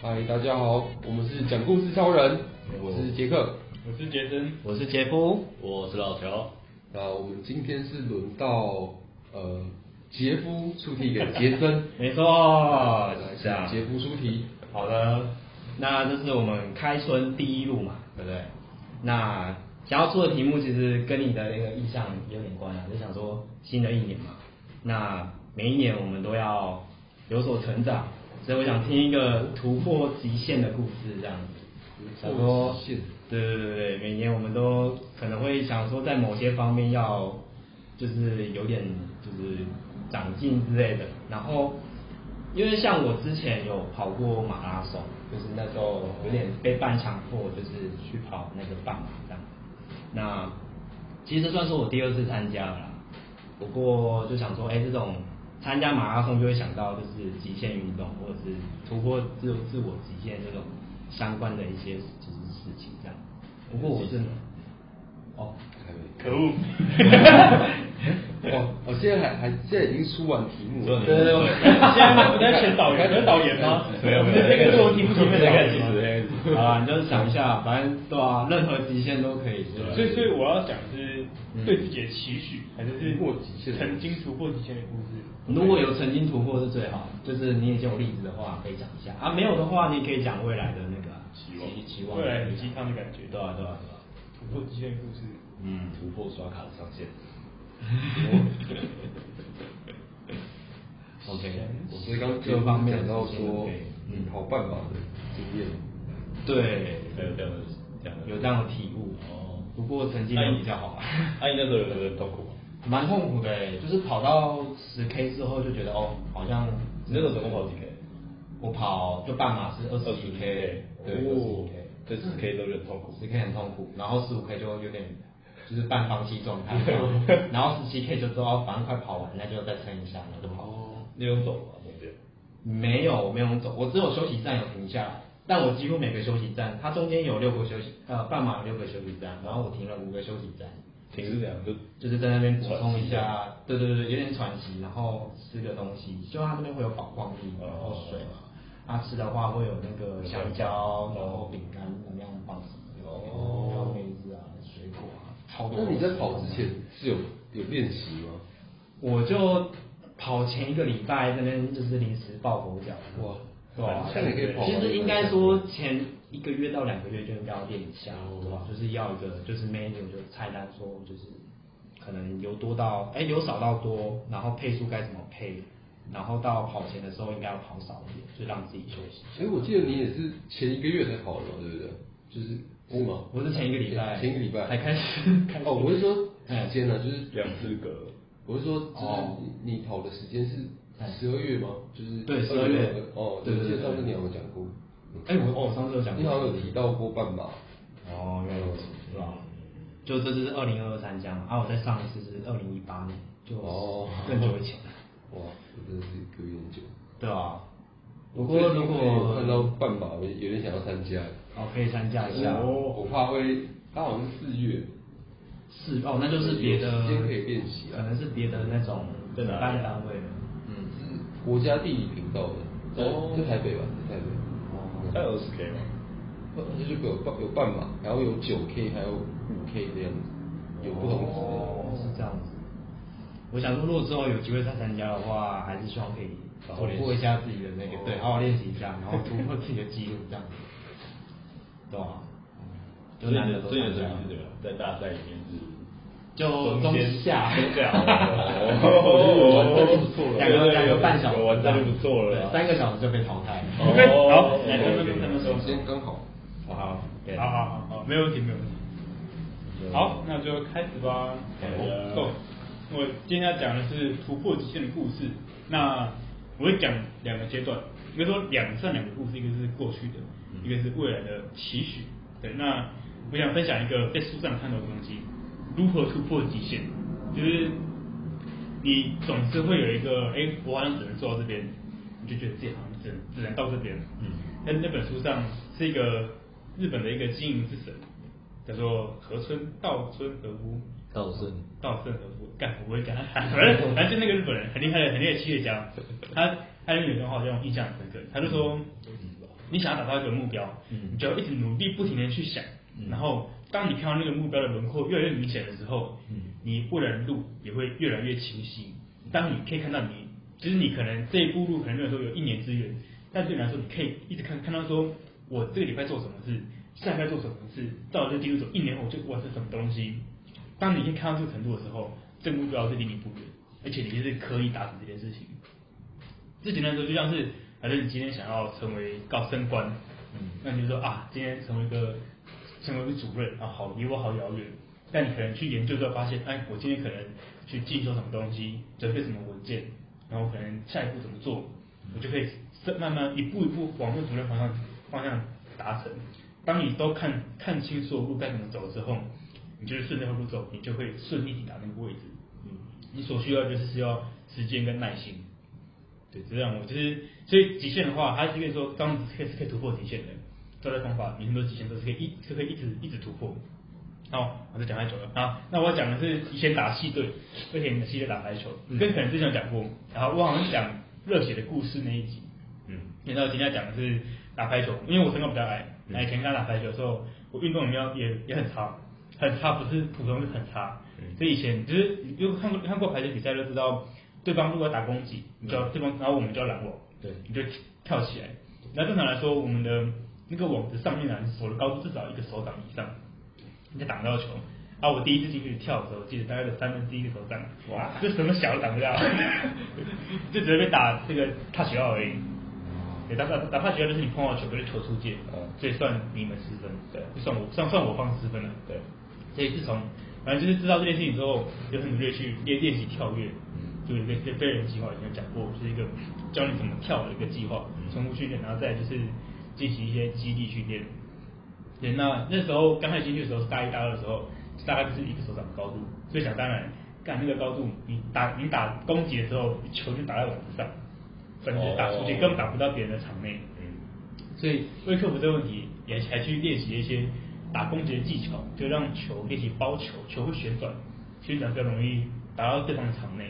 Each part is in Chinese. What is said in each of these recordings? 嗨，大家好，我们是讲故事超人，我是杰克。我是杰森，我是杰夫，我是老乔，那我们今天是轮到呃杰夫出题给杰 森，没错，是来啊。杰夫出题。好的，那这是我们开春第一路嘛，对不对？那想要出的题目其实跟你的那个意向也有点关啊，就想说新的一年嘛，那每一年我们都要有所成长，所以我想听一个突破极限的故事，这样子。想说极限，对对对对，每年我们都可能会想说在某些方面要就是有点就是长进之类的，然后因为像我之前有跑过马拉松，就是那时候有点被半强迫，就是去跑那个半马这样。那其实这算是我第二次参加了啦，不过就想说，哎、这种参加马拉松就会想到就是极限运动或者是突破自自我极限这种相关的一些就是事情这样。不过我是哦，还没可恶， 哦，我现在还还现在已经出完题目了，对对对现在我们在选导演有导演吗没有没 有这个是我题目准备的这导个演吗其实好啦，你就是想一下，反正对啊，任何极限都可以。对吧所以所以我要讲是嗯对自己的期许，还是是突破极限的曾经突破极限的故事？如果有曾经突破是最好，就是你已经有例子的话可以讲一下啊，没有的话你也可以讲未来的那个啊期望期望未来很鸡汤的感觉对啊对啊对啊，突破极限的故事，嗯，突破刷卡的上 限。 OK，我是刚各方面讲到说嗯你跑半马的经验，对，还有这样的这样的有这样的体悟哦不过成绩没有比较 好啊，那你那时候有觉得很痛苦吗？蛮痛苦的欸，就是跑到十 K 之后就觉得哦，好像你那时候总共跑几 K？我跑就半马是二十21 K，对，二哦十 K。，这十 K 都是很痛苦。十 K 很痛苦，然后十五 K 就有点就是半放弃状态，然后十七 K 就知道哦反正快跑完，那就再撑一下，然后就跑。你有走吗？中间？没有没有走，我只有休息站有停下来，但我几乎每个休息站，它中间有六个休息，呃，半马有六个休息站，然后我停了五个休息站，停是这样，就就是在那边补充一下，啊对对对，有点喘息，然后吃个东西，就它那边会有宝矿力，哦然后水嘛，它、吃的话会有那个香蕉，然后饼干、能量棒什么的，然后梅子啊、水果啊，超多。哦那你在跑之前是有有练习吗？我就跑前一个礼拜那边就是临时抱佛脚，哇对吧、这样也可以跑完其实应该说前一个月到两个月就应该要练一下，对啊吧、就是要一个就是 menu 就是菜单说就是可能由多到哎由少到多，然后配速该怎么配，然后到跑前的时候应该要跑少一点，就让自己休息。哎，我记得你也是前一个月才跑的嘛，对不对？就是是吗？哎我是前一个礼拜，前一个礼拜才开始开始哎哦，我是说时间呢，就是两四个。我是说，就是哦哎你你跑的时间是十二月吗？就是对12月哦，对对我记得对上次你有没有讲过？哎、我哦，我上次有讲过，你好像有提到过半马，哦，原来如此，是吧？就这次是二零二二参加嘛，啊，我在上一次是二零一八年，就哦更久以前了，哇，这真的是隔有点久。对啊。不过如果我看到半马，我有点想要参加，哦可以参加一下，我怕会，它好像是四月，是哦，那就是别的有时间可以练习啊可能是别的那种主办单位的，嗯，是国家地理频道的，在哦在台北吧，在台北，哦，还有十 K 吗？它就是有半有半马，然后有九 K，还有五 K 这样子，有不同的时哦间。是这样子。我想说，如果之后有机会再参加的话，还是希望可以好突好练习破一下自己的那哦个，对，好好练习一下，然后突破自己的记录，这样子，对啊吧、就所以难你得的都所以你的参加成绩是怎么样？在大赛里面是就中中间下，中下哦我觉得完胜就不错了两个两个半小有时，完胜就不错了啦对三个小时就被淘汰了。哦好，来， OK，OK 分分分分时间分刚好。好哦好，对好好好好，没有问题，没有问题。好，那就开始吧。好 Go。我今天要讲的是突破极限的故事。那我会讲两个阶段，一个说两算两个故事，一个是过去的，一个是未来的期许。对，那我想分享一个在书上看到的东西，如何突破极限，就是你总是会有一个，哎、我好像只能做到这边，你就觉得自己好像只能只能到这边。嗯。但是那本书上是一个日本的一个经营之神，叫做河村道村和夫。道顺稻盛和夫，干我不会跟他喊，反正反正就那个日本人很厉害的，很厉害的企业家，他他有一段话让我印象很深刻，他就说，你想要达到一个目标，你就要一直努力，不停的去想，然后当你看到那个目标的轮廓越来越明显的时候，你未来的路也会越来越清晰。当你可以看到你，其实你可能这一步路可能没有说有一年之远，但对你来说，你可以一直看看到说，我这个礼拜做什么事，下礼拜做什么事，到了这个地步走，一年后我就完成什么东西。当你已经看到这个程度的时候，这个目标是离你不远，而且你是可以达成这件事情。最简单的说，就像是，反正你今天想要成为高升官，那你就说啊，今天成为一个成为一个主任啊，好离我好遥远。但你可能去研究之后发现，哎，我今天可能去进修什么东西，准备什么文件，然后可能下一步怎么做，我就可以慢慢一步一步往那主任方向方向达成。当你都看看清楚路该怎么走之后，你就是顺这条路走，你就会顺利抵达那个位置。嗯，你所需要的就是需要时间跟耐心。对，这样我就是，所以极限的话，它是可以说，当你可以是可以突破极限的，招待方法，你很多极限都是可以一是可以一直一直突破。好，我就讲太久了啊。那我讲的是以前打戏队，而且戏队打排球，跟可能之前有讲过，然后我好像是讲热血的故事那一集，嗯，嗯然后今天讲的是打排球，因为我身高比较矮，那以前跟他打排球的时候，我运动能力也也很差，很差不是普通是很差，所以以前就是你就看过看过排球比赛就知道，对方如果要打攻击，你就要对方，然后我们就要拦网，对你就跳起来。那正常来说，我们的那个网的上面篮手的高度至少一个手掌以上，你才挡得到球。啊，我第一次进去跳的时候，我记得大概有三分之一个手掌，哇，这什么小都挡不到， 就只会被打这个踏雪奥而已。对，打打打怕学校就是你碰到球，可是球出界，所以算你们失分，嗯对，就算我算算我方失分了，对。所以自从反正就是知道这件事情之后，就很努力地去练练习跳跃，就有一个飞飞人计划，以前有讲过，就是一个教你怎么跳的一个计划，重复训练，然后再来就是进行一些肌力训练。对，那那时候刚开始进去的时候，是大一大二的时候，大概就是一个手掌的高度，所以想当然，干那个高度，你打你打攻击的时候，球就打在网子上，反正就打出去，哦根本打不到别人的场内。所以为了克服这个问题，也还去练习一些打攻击的技巧，就让球练习包球，球会旋转，旋转比较容易打到对方的场内，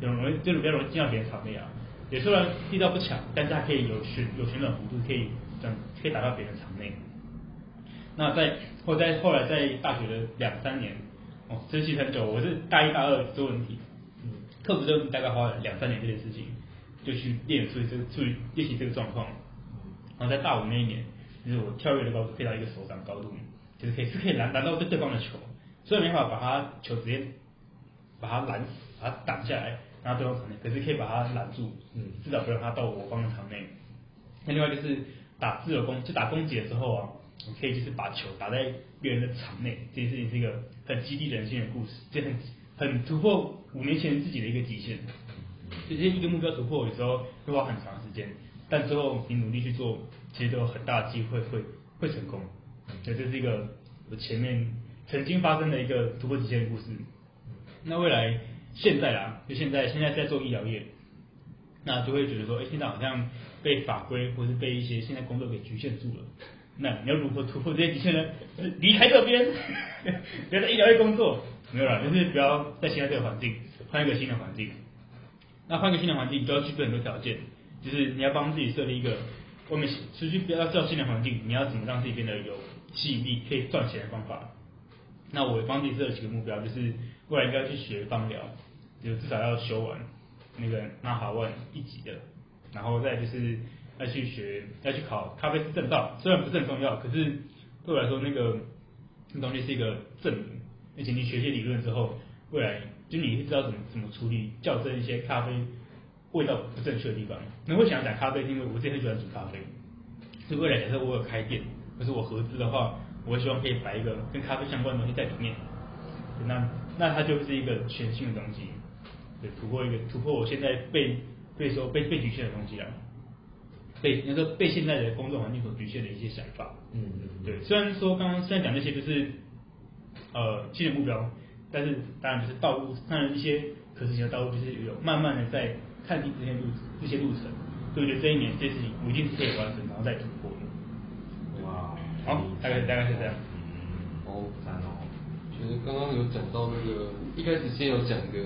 比较容易就是比较容易进到别人场内啊。也虽然力道不强，但是它可以有旋有旋转幅度，可以转可以打到别人的场内。那在后在后来在大学的两三年，哦，真是很久，我是大一大二做问题，嗯，克服这个问题大概花了两三年这件事情，就去练，所以这个去练习这个状况。然后在大五那一年，就是我跳跃的高度可以到一个手掌高度，就是可以是可以拦拦到对对方的球，虽然没办法把他球直接把他拦死，把他挡下来，然后对方场内，可是可以把他拦住，嗯，至少不让他到我方的场内。那另外就是打自由攻，就打攻击的时候啊，你可以就是把球打在别人的场内，这件事情是一个很激励人心的故事，这很很突破五年前自己的一个极限。这些一个目标突破有时候会花很长时间，但最后你努力去做，其实都有很大的机会会会成功。所以这是一个我前面曾经发生的一个突破极限的故事。那未来现在啦，就现在现在在做医疗业，那就会觉得说，哎、现在好像被法规或是被一些现在工作给局限住了。那你要如何突破这些局限呢？就是离开这边， 不要在医疗业工作，没有啦，就是不要在现在这个环境，换一个新的环境。那换个新的环境，你就要具备很多条件，就是你要帮自己设立一个，我们持续不要到新的环境，你要怎么让自己变得有吸引力，可以赚钱的方法。那我帮自己设了几个目标，就是未来应该去学芳疗，就至少要修完那个纳哈万一级的，然后再就是要去学，要去考咖啡师证照，虽然不是很重要，可是对我来说那个那东西是一个证明，而且你学一些理论之后，未来就你会知道怎么怎么处理校正一些咖啡味道不正确的地方。那会想讲咖啡，是因为我自己很喜欢煮咖啡，所以未来假设我有开店，可是我合资的话，我希望可以摆一个跟咖啡相关的东西在里面。那那它就是一个全新的东西，对，突破一个突破我现在被被说被被局限的东西啊，被那个被现在的工作环境所局限的一些想法。嗯嗯，对。虽然说刚刚虽然讲这些就是呃新的目标，但是当然就是道路，当然一些可实行的道路就是有慢慢的在看清这些路这些路程，所以我觉得这一年这些事情我一定是可以完成，然后再突破的。哇，好，大概大概是这样。嗯哦，三哦，就是刚刚有讲到那个，一开始先有讲一个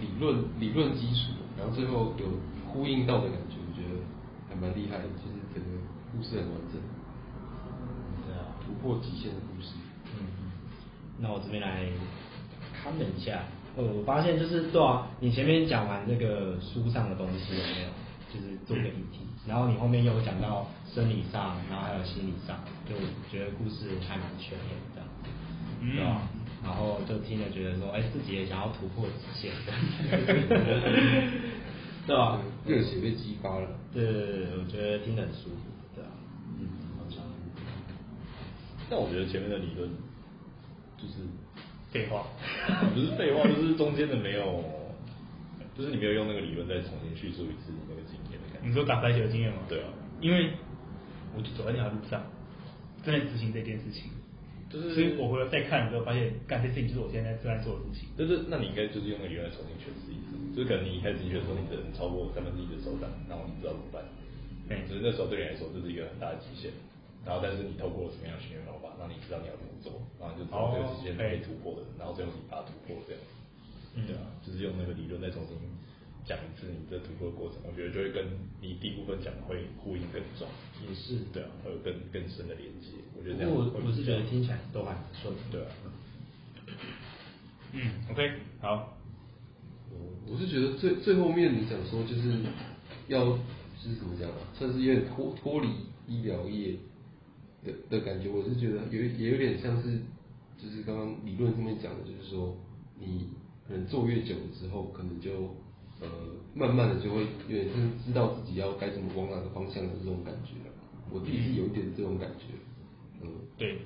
理论理论基础，然后最后有呼应到的感觉，我觉得还蛮厉害的，就是整个故事很完整，对啊，突破极限的故事。嗯，那我这边来 comment 一下，呃，我发现就是对啊，你前面讲完那个书上的东西有没有，就是做个议题，嗯然后你后面又有讲到生理上，然后还有心理上，就觉得故事还蛮全面的，嗯对吧、然后就听了觉得说，哎、自己也想要突破极限， 对吧、热血被激发了。对对对对，我觉得听得很舒服，对啊，嗯，好强，但我觉得前面的理论就是 废话，不是废话，就是中间的没有，就是你没有用那个理论再重新叙述一次你那个经验的感觉。你说打排球的经验吗？对啊因为我就走在那条路上，正在执行这件事情，就是所以我回来再看的时候，发现干这事情就是我现在正在做的事情。就是那你应该就是用那个理论再重新诠释一次，就是可能你一开始进去的时候，你只能超过三分之一的手掌，然后你知道怎么办。对就是那时候对你来说这是一个很大的极限，然后但是你透过什么样的训练方法，让你知道你要怎么做，然后你就知道这个极限是可以突破的，然后最后你把它突破这样。对啊，就是用那个理论再重新讲一次你这突破的过程，我觉得就会跟你第一部分讲的会呼应更重。也是对啊，会有更更深的连接。我觉得这不样过会我比较，我是觉得听起来都还不错的，对啊，嗯，OK，好，我我是觉得最最后面你讲说就是要就是怎么讲啊，算是有点脱脱离医疗业的的感觉。我是觉得有也有点像是就是刚刚理论上面讲的，就是说你可能做越久了之后，可能就呃慢慢的就会有点就是知道自己要该怎么往哪个方向的这种感觉啊。我自己是有一点这种感觉，嗯。对，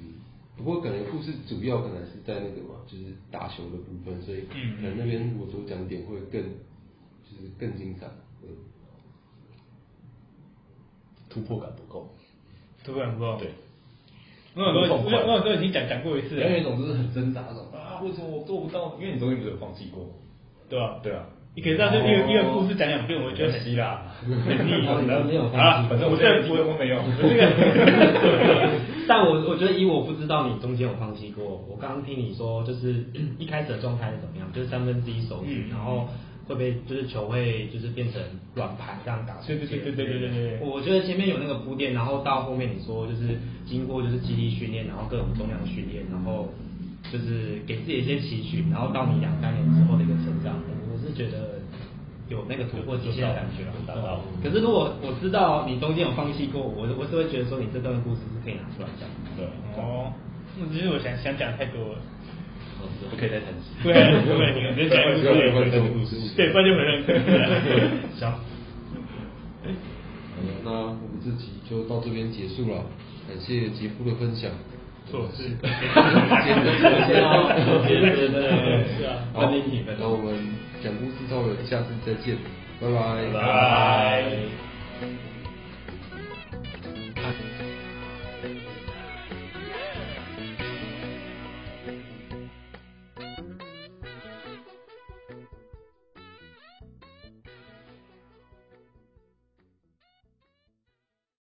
嗯，不过可能故事主要可能是在那个嘛，就是打球的部分，所以嗯可能那边我多讲点会更，就是更精彩。嗯，突破感不够。突然不知道。对，我有时候，我有我有时候已经讲讲过一次有一了，种就是很挣扎，那种啊，为什么我做不到？因为你中间不是有放弃过？对吧？对啊，你可是这一个一个故事讲两遍，我觉得很稀啦，很腻。然后你都没有好放啦弃反正我这现在个一个都没有。这个 但我我觉得以我不知道你中间有放弃过，我刚刚听你说就是 一开始的状态是怎么样，就是三分之一手指，嗯然后会被就是球会就是变成软盘这样打出对对界对对对对对对我觉得前面有那个铺垫，然后到后面你说就是经过就是肌力训练，然后各种重量训练，然后就是给自己一些期许，然后到你两三年之后的一个成长，我是觉得有那个突破极限的感觉啊有达到可是如果我知道你中间有放弃过，我我是会觉得说你这段故事是可以拿出来讲的。对，啊哦，那只是我想想讲太多了。不可以再谈心。对啊，对啊，你们直接讲一个故事也会认识，对，不然就很认真。行，好的，那我们这集就到这边结束了，感谢杰夫的分享。做事。谢谢 谢谢 谢谢是啊好，那我们讲故事超人，下次再见，拜拜拜拜。